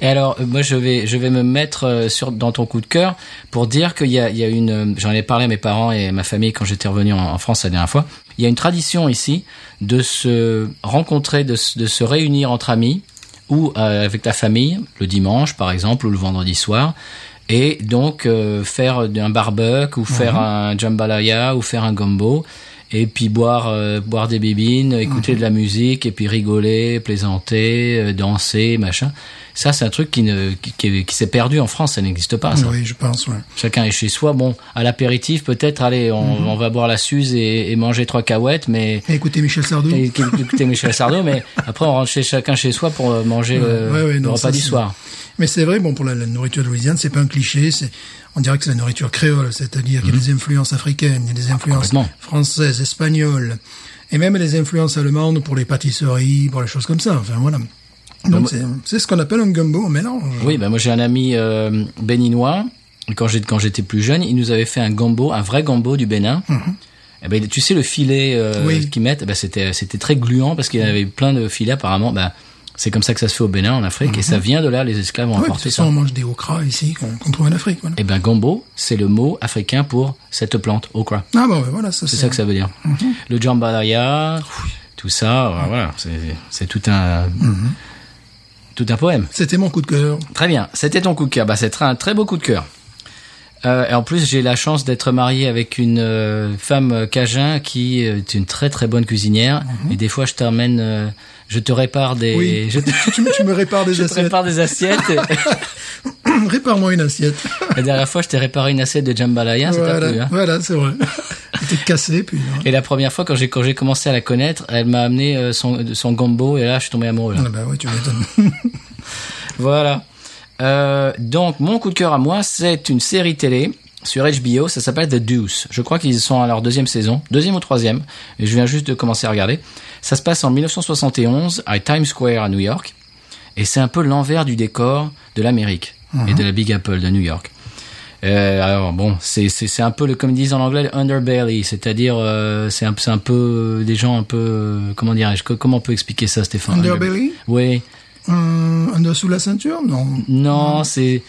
Speaker 1: Et alors, euh, moi, je vais, je vais me mettre euh, sur, dans ton coup de cœur pour dire qu'il y a, il y a une. euh, J'en ai parlé à mes parents et à ma famille quand j'étais revenu en, en France la dernière fois. Il y a une tradition ici de se rencontrer, de, se- de se réunir entre amis ou euh, avec la famille le dimanche, par exemple, ou le vendredi soir. Et donc euh, faire un barbecue ou faire un jambalaya ou faire un gombo et puis boire euh, boire des bibines, écouter de la musique et puis rigoler, plaisanter, euh, danser, machin. Ça c'est un truc qui ne qui, qui- qui s'est perdu en France, ça n'existe pas. ça.
Speaker 2: Oui, je pense, ouais.
Speaker 1: Chacun est chez soi. Bon, à l'apéritif peut-être, allez, on, on va boire la suze et, et manger trois cahuètes, mais
Speaker 2: Et écoutez, Michel Sardou.
Speaker 1: et- écoutez Michel Sardou, mais après on rentre chez chacun chez soi pour euh, manger le,
Speaker 2: Ouais, ouais,
Speaker 1: le
Speaker 2: non,
Speaker 1: repas
Speaker 2: ça,
Speaker 1: du
Speaker 2: c'est-
Speaker 1: soir.
Speaker 2: Mais c'est vrai, bon, pour la, la nourriture de Louisiane, c'est pas un cliché, c'est, on dirait que c'est la nourriture créole, c'est-à-dire qu'il y a des influences africaines, il y a des influences
Speaker 1: Mm-hmm. Ah, complètement.
Speaker 2: françaises, espagnoles, et même des influences allemandes pour les pâtisseries, pour les choses comme ça, enfin voilà. Donc c'est, c'est ce qu'on appelle un gumbo, un mélange.
Speaker 1: Oui, ben moi j'ai un ami euh, béninois. Et Quand j'ai- quand j'étais plus jeune, il nous avait fait un gambo, un vrai gambo du Bénin. Eh ben, tu sais le filet euh,
Speaker 2: Mhm. Oui.
Speaker 1: qu'ils mettent, eh ben, c'était c'était très gluant parce qu'il y avait plein de filets apparemment. Ben, c'est comme ça que ça se fait au Bénin, en Afrique, et ça vient de là. Les esclaves ont
Speaker 2: Mhm. Ouais, de toute
Speaker 1: apporté
Speaker 2: façon,
Speaker 1: ça.
Speaker 2: on mange des okra ici, qu'on, qu'on trouve en Afrique, voilà.
Speaker 1: Eh ben gambo, c'est le mot africain pour cette plante, okra.
Speaker 2: Ah bah ouais, voilà, ça c'est...
Speaker 1: C'est ça que ça veut dire.
Speaker 2: Mhm.
Speaker 1: Le jambalaya, tout ça, euh, voilà, c'est- c'est tout un
Speaker 2: Mhm.
Speaker 1: tout un poème.
Speaker 2: C'était mon coup de cœur.
Speaker 1: Très bien. C'était ton coup de cœur. Bah, c'est un très beau coup de cœur. Euh, et en plus, j'ai la chance d'être marié avec une euh, femme euh, cajun qui est une très très bonne cuisinière. Et des fois, je t'emmène, euh, je te répare des,
Speaker 2: Mhm. Oui.
Speaker 1: je te,
Speaker 2: tu, me- tu me répares des
Speaker 1: je te
Speaker 2: assiettes.
Speaker 1: répare des assiettes.
Speaker 2: Répare-moi une assiette.
Speaker 1: la dernière fois, je t'ai réparé une assiette de jambalaya. ça t'a
Speaker 2: voilà,
Speaker 1: plu, hein
Speaker 2: voilà, c'est vrai. C'était cassé, puis... hein. voilà.
Speaker 1: Et la première fois, quand j'ai quand j'ai commencé à la connaître, elle m'a amené euh, son son gombo et là, je suis tombé amoureux. là.
Speaker 2: Ah bah ouais, tu m'étonnes.
Speaker 1: Voilà. Euh, donc, mon coup de cœur à moi, c'est une série télé sur HBO, ça s'appelle The Deuce. Je crois qu'ils sont à leur deuxième saison, deuxième ou troisième, et je viens juste de commencer à regarder. Ça se passe en 1971 à Times Square à New York, et c'est un peu l'envers du décor de l'Amérique et de la Big Apple de New York. Euh, alors bon, c'est c'est c'est un peu le comme ils disent en anglais le underbelly, c'est-à-dire euh, c'est un c'est un peu des gens un peu euh, comment dirais-je co- comment on peut expliquer ça Stéphane
Speaker 2: Underbelly
Speaker 1: Oui.
Speaker 2: Un un doigt sous la ceinture Non.
Speaker 1: Non, c'est.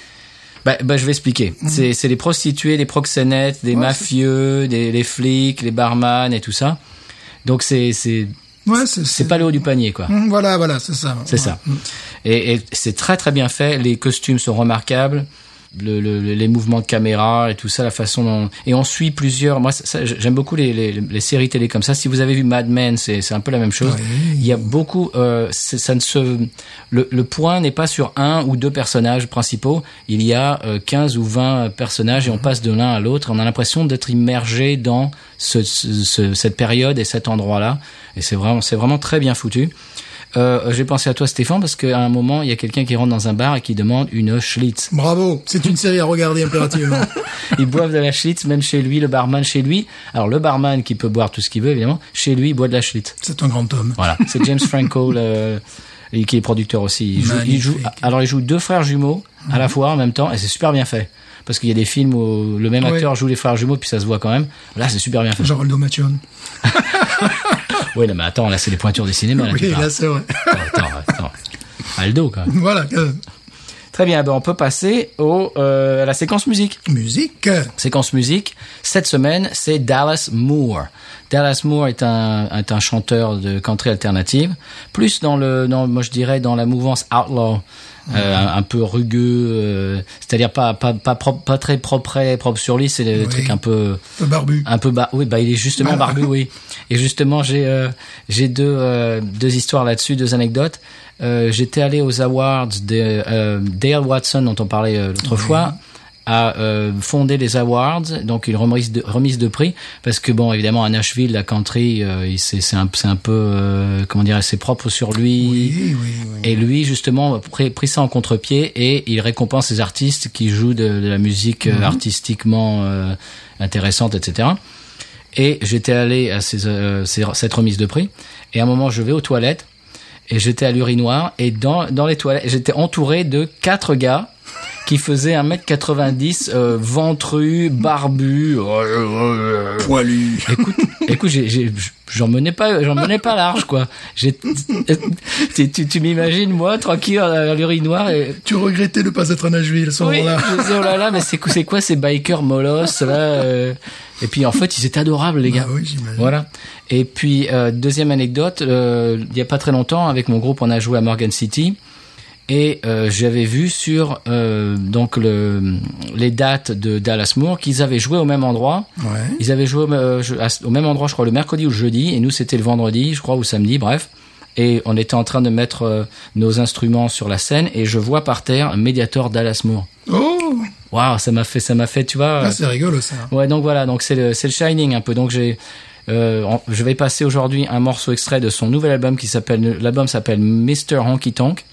Speaker 1: Bah, bah, je vais expliquer. C'est, c'est les prostituées, les proxénètes, des
Speaker 2: Ouais,
Speaker 1: mafieux, des, les flics, les barman et tout ça. Donc c'est, c'est,
Speaker 2: Ouais, c'est
Speaker 1: c'est pas le haut du panier, quoi.
Speaker 2: Mm, Voilà, voilà, c'est ça.
Speaker 1: C'est ça. Et, et c'est très très bien fait. Les costumes sont remarquables. Le- le- le- les mouvements de caméra et tout ça, la façon dont et on suit plusieurs. Moi, ça- ça, j'aime beaucoup les, les, les séries télé comme ça. Si vous avez vu Mad Men, c'est c'est un peu la même chose.
Speaker 2: Oui.
Speaker 1: Il y a beaucoup. euh, c'est- ça ne se le, le point n'est pas sur un ou deux personnages principaux. Il y a euh, 15 ou 20 personnages et on passe de l'un à l'autre. On a l'impression d'être immergé dans ce, ce- ce- cette période et cet endroit-là. Et c'est vraiment c'est vraiment très bien foutu. Euh, j'ai pensé à toi, Stéphane, parce qu'à un moment, il y a quelqu'un qui rentre dans un bar et qui demande une Schlitz.
Speaker 2: Bravo, c'est une série à regarder impérativement.
Speaker 1: Ils boivent de la Schlitz, même chez lui, le barman chez lui. Alors, le barman qui peut boire tout ce qu'il veut, évidemment, chez lui, il boit de la Schlitz.
Speaker 2: c'est un grand homme.
Speaker 1: Voilà. C'est James Franco, le, et qui est producteur aussi. Il joue, il joue-
Speaker 2: Magnifique. Mhm.
Speaker 1: alors, il joue deux frères jumeaux à la fois, en même temps, et c'est super bien fait. Parce qu'il y a des films où le même
Speaker 2: Oui.
Speaker 1: acteur joue les frères jumeaux, puis ça se voit quand même. Là, c'est super bien fait.
Speaker 2: Geraldo Machon.
Speaker 1: Oui, non, mais attends, là, c'est les pointures des cinémas. Là,
Speaker 2: Oui,
Speaker 1: tu parles.
Speaker 2: là, c'est vrai.
Speaker 1: Attends, attends. Aldo, quand même.
Speaker 2: voilà. euh,
Speaker 1: Très bien, ben, on peut passer au, euh, à la séquence musique.
Speaker 2: musique. Euh,
Speaker 1: Séquence musique, cette semaine, c'est Dallas Moore. Dallas Moore est un, est un chanteur de country alternative, plus dans le, dans, moi je dirais dans la mouvance outlaw, euh, un, un peu rugueux, euh, c'est-à-dire pas pas pas, propre- pas très propre propre sur lui, c'est le
Speaker 2: Oui.
Speaker 1: truc un peu
Speaker 2: Le barbu.
Speaker 1: un peu bar- oui bah il est justement barbu oui et justement j'ai euh, j'ai deux euh, deux histoires là-dessus deux anecdotes Euh, j'étais allé aux awards de euh, Dale Watson dont on parlait euh, l'autre fois a euh, fondé les awards donc une remise de remise de prix parce que bon évidemment à Nashville la country euh, il- c'est c'est un c'est un peu euh, comment dire c'est propre sur lui
Speaker 2: Oui, oui, oui.
Speaker 1: et lui, justement, a pris, pris ça en contre-pied et il récompense les artistes qui jouent de, de la musique euh, artistiquement euh, intéressante, etc. Et j'étais allé à ces, euh, ces- cette remise de prix et à un moment, je vais aux toilettes et j'étais à l'urinoir et dans, dans les toilettes, j'étais entouré de quatre gars qui faisaient 1m90, euh, ventrus, barbus,
Speaker 2: Poilu.
Speaker 1: Écoute, écoute, j'ai- j'ai- j'en menais pas, j'en menais pas large quoi. J'ai, tu, tu, tu m'imagines moi tranquille à l'urinoir et
Speaker 2: Tu regrettais de pas être à Nashville à ce
Speaker 1: oui,
Speaker 2: moment-là.
Speaker 1: je me disais, oh là là, mais c'est quoi, c'est quoi ces bikers molosses là euh Et puis en fait, ils étaient adorables les gars.
Speaker 2: Ah oui, j'imagine.
Speaker 1: Voilà. Et puis euh, deuxième anecdote, euh, il y a pas très longtemps, avec mon groupe, on a joué à Morgan City. Et euh, j'avais vu sur euh, donc le, les dates de Dallas Moore qu'ils avaient joué au même endroit.
Speaker 2: Ouais.
Speaker 1: Ils avaient joué euh, je- à- au même endroit, je crois, le mercredi ou le jeudi, et nous c'était le vendredi, je crois, ou samedi, bref. Et on était en train de mettre euh, nos instruments sur la scène, et je vois par terre un Mediator Dallas Moore.
Speaker 2: Oh,
Speaker 1: Waouh, ça m'a fait, ça m'a fait, tu vois. euh,
Speaker 2: ah, c'est rigolo ça.
Speaker 1: Ouais, donc voilà, donc c'est le, c'est le Shining un peu. Donc j'ai, euh, en- je vais passer aujourd'hui un morceau extrait de son nouvel album qui s'appelle, l'album s'appelle Mr. Honky Tonk,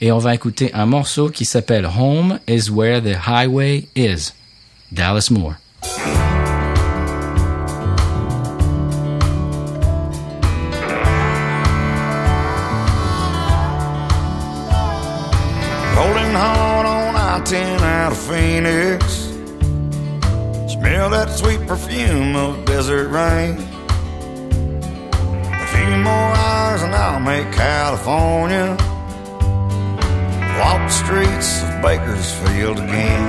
Speaker 1: et on va écouter un morceau qui s'appelle Home is Where the Highway Is, Dallas Moore.
Speaker 4: Rolling hard on I-10 out of Phoenix. Smell that sweet perfume of desert rain. A few more hours and I'll make California. Walk the streets of Bakersfield again.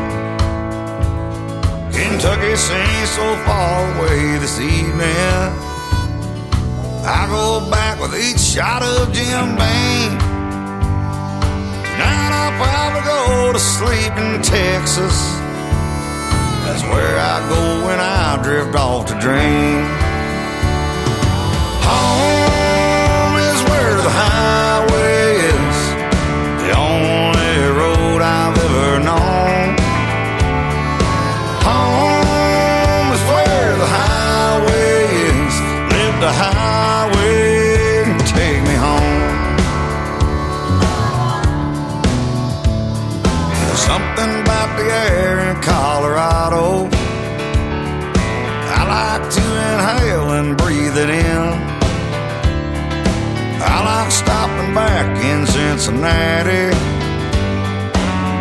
Speaker 4: Kentucky seems so far away this evening. I go back with each shot of Jim Beam. Tonight I'll probably oh go to sleep in Texas. That's where I go when I drift off to dream. Home is where the highway is, the only road I've ever known. Home is where the highway is. Live the highway and take me home. Something about the air in Colorado. I like to inhale and breathe it in. I like stopping back in Cincinnati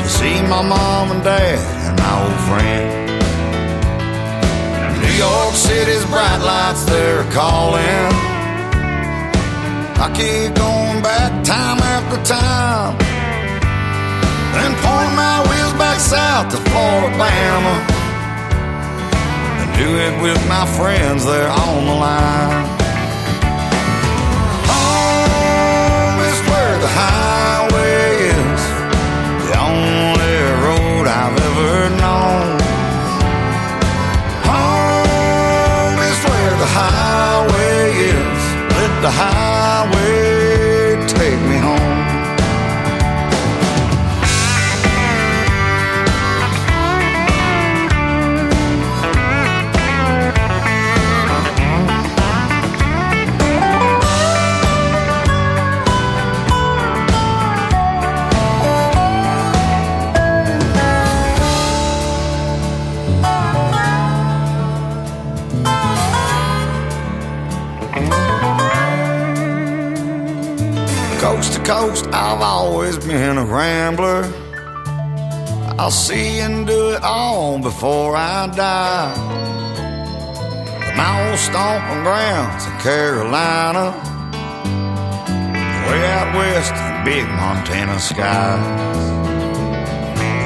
Speaker 4: to see my mom and dad and my old friend. New York City's bright lights, they're calling. I keep going back time after time. Then point my wheels back south to Floribama And do it with my friends there on the line Home is where the highway is The only road I've ever known Home is where the highway is Let the highway take me home Coast to coast, I've always been a rambler. I'll see and do it all before I die. But My old stomping grounds in Carolina, way out west in big Montana skies.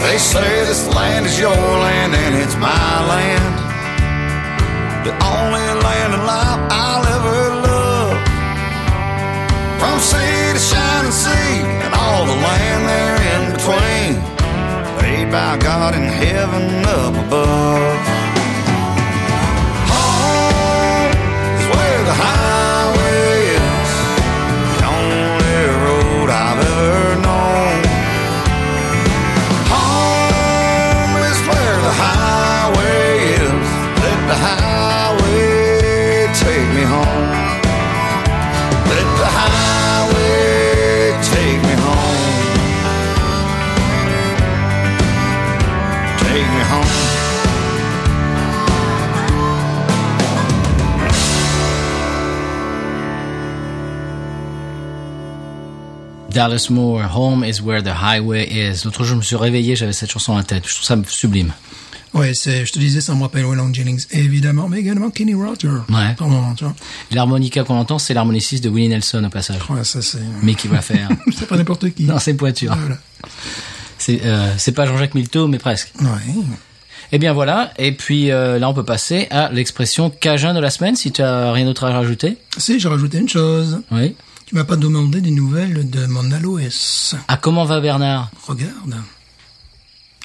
Speaker 4: They say this land is your land and it's my land. The only land in life I'll ever love. From sea to shining sea and all the land there in between. Made by God in heaven up above. Home is where the highway is. The only road I've ever known. Home is where the highway is. Let the highway take me home. Let the highway take me home. Take me home.
Speaker 1: Dallas Moore, Home is Where the Highway Is. L'autre jour, je me suis réveillé, j'avais cette chanson en la tête. Je trouve ça sublime.
Speaker 2: Ouais, c'est, je te disais, ça me rappelle Waylon Jennings, évidemment, mais également Kenny Rogers.
Speaker 1: Ouais.
Speaker 2: Par moment, tu vois.
Speaker 1: L'harmonica qu'on entend, c'est l'harmoniciste de Willie Nelson au passage.
Speaker 2: Ouais, ça c'est.
Speaker 1: Mais qui va faire
Speaker 2: c'est pas n'importe qui.
Speaker 1: Non, c'est pointure.
Speaker 2: Voilà.
Speaker 1: C'est euh, c'est pas Jean-Jacques Milteau, mais presque.
Speaker 2: Ouais.
Speaker 1: Eh bien voilà, et puis euh, là on peut passer à l'expression cajun de la semaine si tu as rien d'autre à rajouter.
Speaker 2: Si, j'ai rajouté une chose.
Speaker 1: Oui.
Speaker 2: Tu m'as pas demandé des nouvelles de mon aloès.
Speaker 1: Ah, comment va Bernard
Speaker 2: Regarde.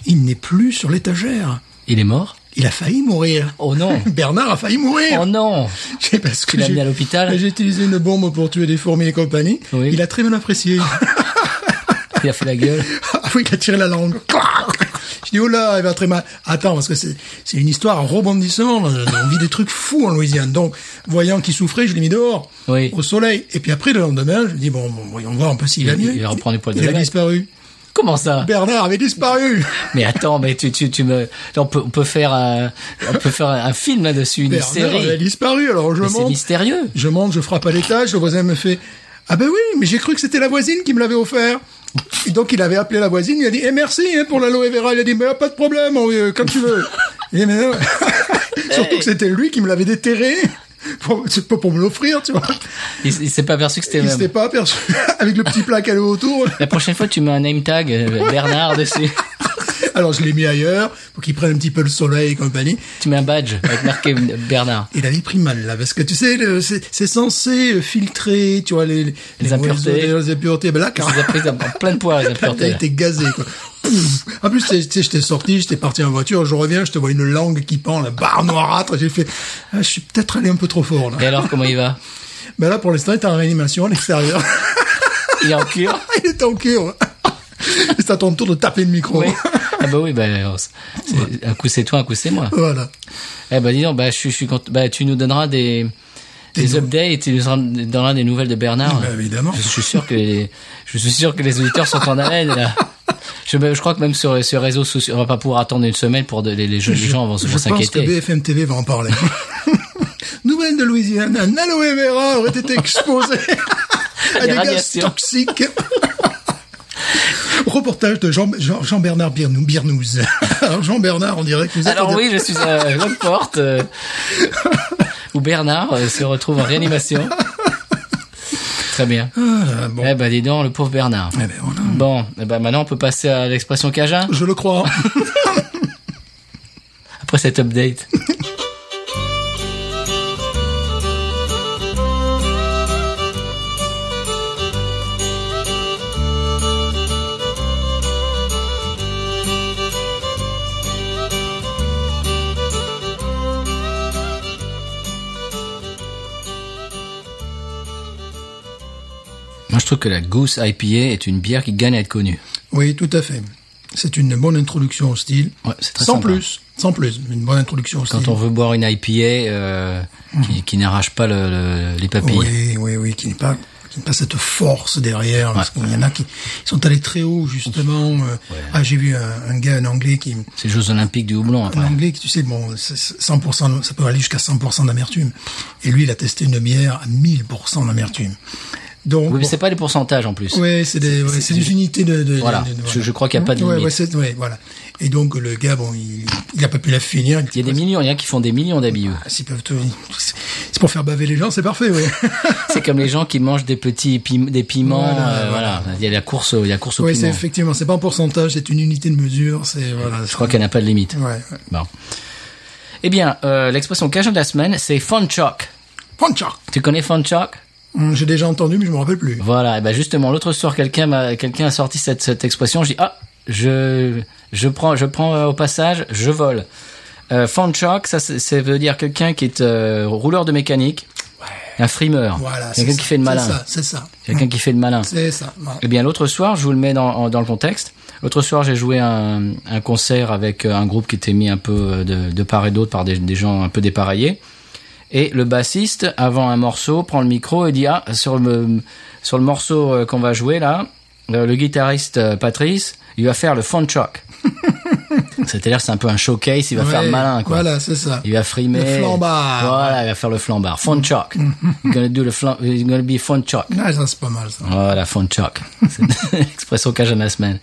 Speaker 2: Il n'est plus sur l'étagère.
Speaker 1: Il est mort
Speaker 2: Il a failli mourir.
Speaker 1: Oh non
Speaker 2: Bernard a failli mourir.
Speaker 1: Oh non
Speaker 2: C'est parce que
Speaker 1: l'as
Speaker 2: j'ai-
Speaker 1: mis à l'hôpital
Speaker 2: J'ai utilisé une bombe pour tuer des fourmis et compagnie.
Speaker 1: Oui.
Speaker 2: Il a très bien apprécié.
Speaker 1: Il a fait la gueule.
Speaker 2: Ah oui, il a tiré la langue. Je dis, oh là, il va très mal. Attends, parce que c'est c'est une histoire en rebondissement. On vit des trucs fous en Louisiane. Donc, voyant qu'il souffrait, je l'ai mis dehors,
Speaker 1: Oui.
Speaker 2: au soleil. Et puis après, le lendemain, je me dis, bon, bon, voyons voir un peu s'il va
Speaker 1: Il-
Speaker 2: mieux.
Speaker 1: il va reprendre le poil de
Speaker 2: Il
Speaker 1: la
Speaker 2: avait
Speaker 1: bête.
Speaker 2: disparu.
Speaker 1: Comment ça
Speaker 2: Bernard avait disparu.
Speaker 1: Mais attends, mais tu, tu, tu me. là, on, peut, on, peut faire un, on peut faire un film là-dessus, une
Speaker 2: Bernard avait
Speaker 1: série.
Speaker 2: disparu. Alors, je
Speaker 1: Mais c'est
Speaker 2: monte.
Speaker 1: mystérieux.
Speaker 2: Je monte, je frappe à l'étage, le voisin me fait Ah ben oui, mais j'ai cru que c'était la voisine qui me l'avait offert. Et donc il avait appelé la voisine, il a dit Eh merci hein, pour l'aloe vera. Il a dit Mais pas de problème, on- euh, comme tu veux. Il dit, Mais non. Surtout que c'était lui qui me l'avait déterré. Pour, c'est pas pour me l'offrir, tu vois.
Speaker 1: Il, il s'est pas aperçu que c'était
Speaker 2: Il
Speaker 1: le
Speaker 2: s'était
Speaker 1: même.
Speaker 2: pas aperçu avec le petit plat qu'elle avait autour.
Speaker 1: La prochaine fois, tu mets un name tag euh, Bernard dessus.
Speaker 2: Alors je l'ai mis ailleurs pour qu'il prenne un petit peu le soleil et compagnie.
Speaker 1: Tu mets un badge avec marqué Bernard.
Speaker 2: Il avait pris mal là, parce que tu sais, le- c'est c'est censé euh, filtrer, tu vois, les, les, mauvaises
Speaker 1: impuretés.
Speaker 2: odeurs, les impuretés. Ben là,
Speaker 1: Il
Speaker 2: car-
Speaker 1: s'est pris en plein de poids, les
Speaker 2: T'as
Speaker 1: impuretés.
Speaker 2: été gazé, quoi. Pouf. En plus, tu sais, j'étais sorti, j'étais parti en voiture, je reviens, je te vois une langue qui pend, la barre noirâtre, j'ai fait, Ah, je suis peut-être allé un peu trop fort, là.
Speaker 1: Et alors, comment il va
Speaker 2: Mais là, pour l'instant, il est en réanimation à l'extérieur.
Speaker 1: Il est en cure
Speaker 2: il est en cure. C'est à ton tour de taper le micro.
Speaker 1: Oui. Ah bah oui, bah, euh, c'est- un coup c'est toi, un coup c'est moi.
Speaker 2: Voilà.
Speaker 1: Eh ben dis donc, bah, je, suis- je suis cont- bah, tu nous donneras des, des,
Speaker 2: nou-
Speaker 1: updates, tu nous donneras des nouvelles de Bernard.
Speaker 2: Bah, évidemment.
Speaker 1: Je suis sûr que les, je suis sûr que les auditeurs sont en haleine là. Je, me- je crois que même sur les sur les réseaux sociaux, on va pas pouvoir attendre une semaine pour de- les, les jeunes gens vont,
Speaker 2: je
Speaker 1: vont
Speaker 2: pense que
Speaker 1: s'inquiéter.
Speaker 2: BFM TV va en parler. Nouvelle de Louisiane, un aloe vera aurait été exposé à
Speaker 1: Des
Speaker 2: des gaz
Speaker 1: radiations.
Speaker 2: toxiques. Reportage de Jean- Jean- Jean-Bernard Jean, Birnouz. Alors Jean-Bernard, on dirait que vous êtes...
Speaker 1: Alors oui, je suis à Lockport euh, où Bernard euh, se retrouve en réanimation. Très bien.
Speaker 2: Ah, bon.
Speaker 1: Eh ben dis donc, le pauvre Bernard.
Speaker 2: Eh ben, voilà.
Speaker 1: Bon, eh ben maintenant on peut passer à l'expression Cajun
Speaker 2: Je le crois.
Speaker 1: après cet update. Moi, je trouve que la Goose IPA est une bière qui gagne à être connue.
Speaker 2: Oui, tout à fait. C'est une bonne introduction au style.
Speaker 1: Ouais, c'est très
Speaker 2: sans
Speaker 1: sympa.
Speaker 2: plus, sans plus, une bonne introduction au style.
Speaker 1: Quand on veut boire une IPA euh, qui, qui n'arrache pas le- le- les papilles.
Speaker 2: Oui, oui, oui, qui n'est pas qui n'a pas cette force derrière parce qu'il y en a qui sont allés très haut justement euh, ah j'ai vu un, un gars un anglais qui
Speaker 1: C'est les Jeux Olympiques du houblon
Speaker 2: un
Speaker 1: après.
Speaker 2: anglais qui tu sais bon c'est 100% ça peut aller jusqu'à 100% d'amertume et lui il a testé une bière à 1000% d'amertume donc
Speaker 1: Oui, mais
Speaker 2: bon.
Speaker 1: c'est pas les pourcentages en plus.
Speaker 2: Ouais, c'est des, ouais, c'est des unités de. de-
Speaker 1: Voilà.
Speaker 2: de- de-
Speaker 1: Je- je crois qu'il y a pas de
Speaker 2: Ouais,
Speaker 1: limite.
Speaker 2: ouais, c'est- ouais, voilà. Et donc le gars, bon, il, il a pas pu la finir.
Speaker 1: Il y a des millions, il y en a qui font des millions d'habilleux.
Speaker 2: Ah, s'ils peuvent tout- c'est- C'est pour faire baver les gens, c'est parfait, oui.
Speaker 1: C'est comme les gens qui mangent des petits pim- des piments.
Speaker 2: Voilà,
Speaker 1: euh, Voilà, il y a la course, il y a la course au
Speaker 2: oui, c'est
Speaker 1: piment.
Speaker 2: effectivement, c'est pas un pourcentage, c'est une unité de mesure. C'est voilà.
Speaker 1: Je crois qu'il n'y en a pas de limite.
Speaker 2: Ouais.
Speaker 1: Bon. Eh bien, euh, l'expression cajun de la semaine, c'est Fonchok.
Speaker 2: Ponchak.
Speaker 1: Tu connais Fonchok
Speaker 2: Hum, J'ai déjà entendu, mais je me rappelle plus.
Speaker 1: Voilà, et ben justement, l'autre soir, quelqu'un m'a, quelqu'un a sorti cette, cette expression. J'ai dit, ah, je, je prends, je prends euh, au passage, je vole. Euh, fan shock, ça, c'est- ça veut dire quelqu'un qui est euh, rouleur de mécanique, un frimeur,
Speaker 2: Voilà. c'est
Speaker 1: quelqu'un
Speaker 2: ça,
Speaker 1: qui fait le
Speaker 2: C'est
Speaker 1: malin,
Speaker 2: ça, c'est ça.
Speaker 1: quelqu'un qui fait le malin.
Speaker 2: C'est ça. voilà.
Speaker 1: Eh bien, l'autre soir, je vous le mets dans, en- dans le contexte. L'autre soir, j'ai joué un, un concert avec euh, un groupe qui était mis un peu euh, de, de part et d'autre par des, des gens un peu dépareillés. Et le bassiste, avant un morceau, prend le micro et dit Ah, sur le, sur le morceau euh, qu'on va jouer là, euh, le guitariste euh, Patrice, il va faire le fond choc. C'est-à-dire, c'est un peu un showcase, il va
Speaker 2: Ouais,
Speaker 1: faire le malin, quoi.
Speaker 2: Voilà, c'est ça.
Speaker 1: Il va frimer.
Speaker 2: Le flambard.
Speaker 1: Voilà, il va faire le flambard. Fond choc. He's gonna do le flam- he's gonna be fond choc.
Speaker 2: Ah, ça, c'est pas mal, ça.
Speaker 1: Voilà, Fonchok. C'est l'expression cajun de la semaine.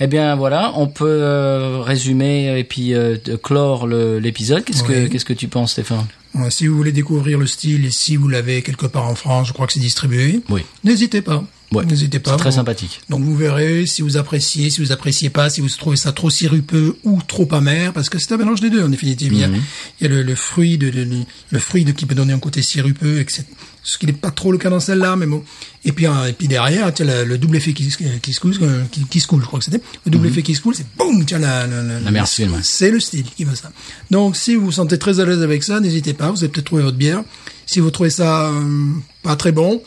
Speaker 1: Eh bien, voilà, on peut euh, résumer et puis euh, de- clore le- l'épisode. Qu'est-ce que
Speaker 2: Oui.
Speaker 1: qu'est-ce que tu penses, Stéphane
Speaker 2: Ouais, Si vous voulez découvrir le style et si vous l'avez quelque part en France, je crois que c'est distribué.
Speaker 1: Oui.
Speaker 2: N'hésitez pas.
Speaker 1: Ouais.
Speaker 2: N'hésitez pas.
Speaker 1: C'est très
Speaker 2: vous-
Speaker 1: sympathique.
Speaker 2: Donc vous verrez si vous appréciez, si vous appréciez pas, si vous trouvez ça trop sirupeux ou trop amer, parce que c'est un mélange des deux en définitive. Il y a, il y a le, le fruit de, de- de- le fruit de, qui peut donner un côté sirupeux, etc. Ce qui n'est pas trop le cas dans celle-là, mais bon. Et puis hein, et puis derrière, tu as la- le double effet qui, se- qui se coule, euh, qui, qui se coule, je crois que c'était. Le double effet qui se coule, c'est boum, tu as la, la, Mhm. la,
Speaker 1: La mercine, ouais.
Speaker 2: c'est le style qui veut ça. Donc, si vous vous sentez très à l'aise avec ça, n'hésitez pas. Vous avez peut-être trouvé votre bière. Si vous trouvez ça euh, pas très bon,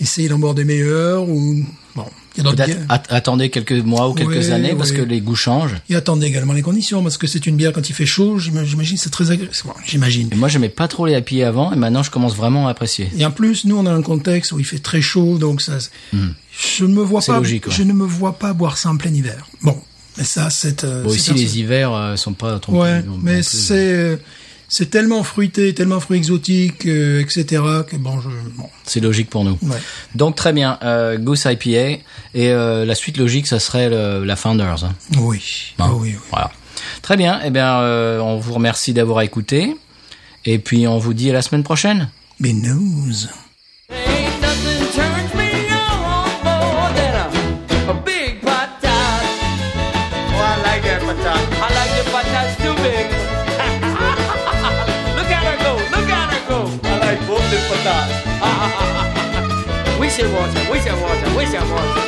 Speaker 2: essayez d'en boire des meilleurs ou bon, il y a d'autres
Speaker 1: Peut-être
Speaker 2: bières.
Speaker 1: at- attendez quelques mois ou quelques
Speaker 2: Ouais,
Speaker 1: années parce
Speaker 2: ouais.
Speaker 1: que les goûts changent.
Speaker 2: Et attendez également les conditions parce que c'est une bière quand il fait chaud. j'im- J'imagine c'est très agréable. J'imagine.
Speaker 1: Et moi, j'aimais pas trop les happy avant, et maintenant, je commence vraiment à apprécier.
Speaker 2: Et en plus, nous, on a un contexte où il fait très chaud, donc ça, je ne me vois
Speaker 1: Hmm. C'est
Speaker 2: pas,
Speaker 1: logique, ouais.
Speaker 2: je ne me vois pas boire ça en plein hiver. Bon, mais ça, c'est euh,
Speaker 1: Bon,
Speaker 2: c'est
Speaker 1: ici,
Speaker 2: perso-
Speaker 1: les hivers euh, sont pas trop.
Speaker 2: Ouais,
Speaker 1: non- non
Speaker 2: mais
Speaker 1: plus.
Speaker 2: c'est euh, c'est tellement fruité, tellement fruit exotique, euh, etc. que bon, je bon,
Speaker 1: C'est logique pour nous.
Speaker 2: ouais.
Speaker 1: Donc très bien, euh, Goose IPA et euh, la suite logique, ça serait le- la Founders. hein.
Speaker 2: oui,
Speaker 1: Hein.
Speaker 2: Ah oui, oui.
Speaker 1: Voilà. Très bien. Eh bien, euh, on vous remercie d'avoir écouté et puis on vous dit à la semaine prochaine.
Speaker 2: Mais news.
Speaker 5: Ain't nothing turns me on more than a, a big patat. Oh, I like that patat. I like the patats too big. look at her go, look at her go. I like both the patats. we should watch her, we should watch her, we should watch her.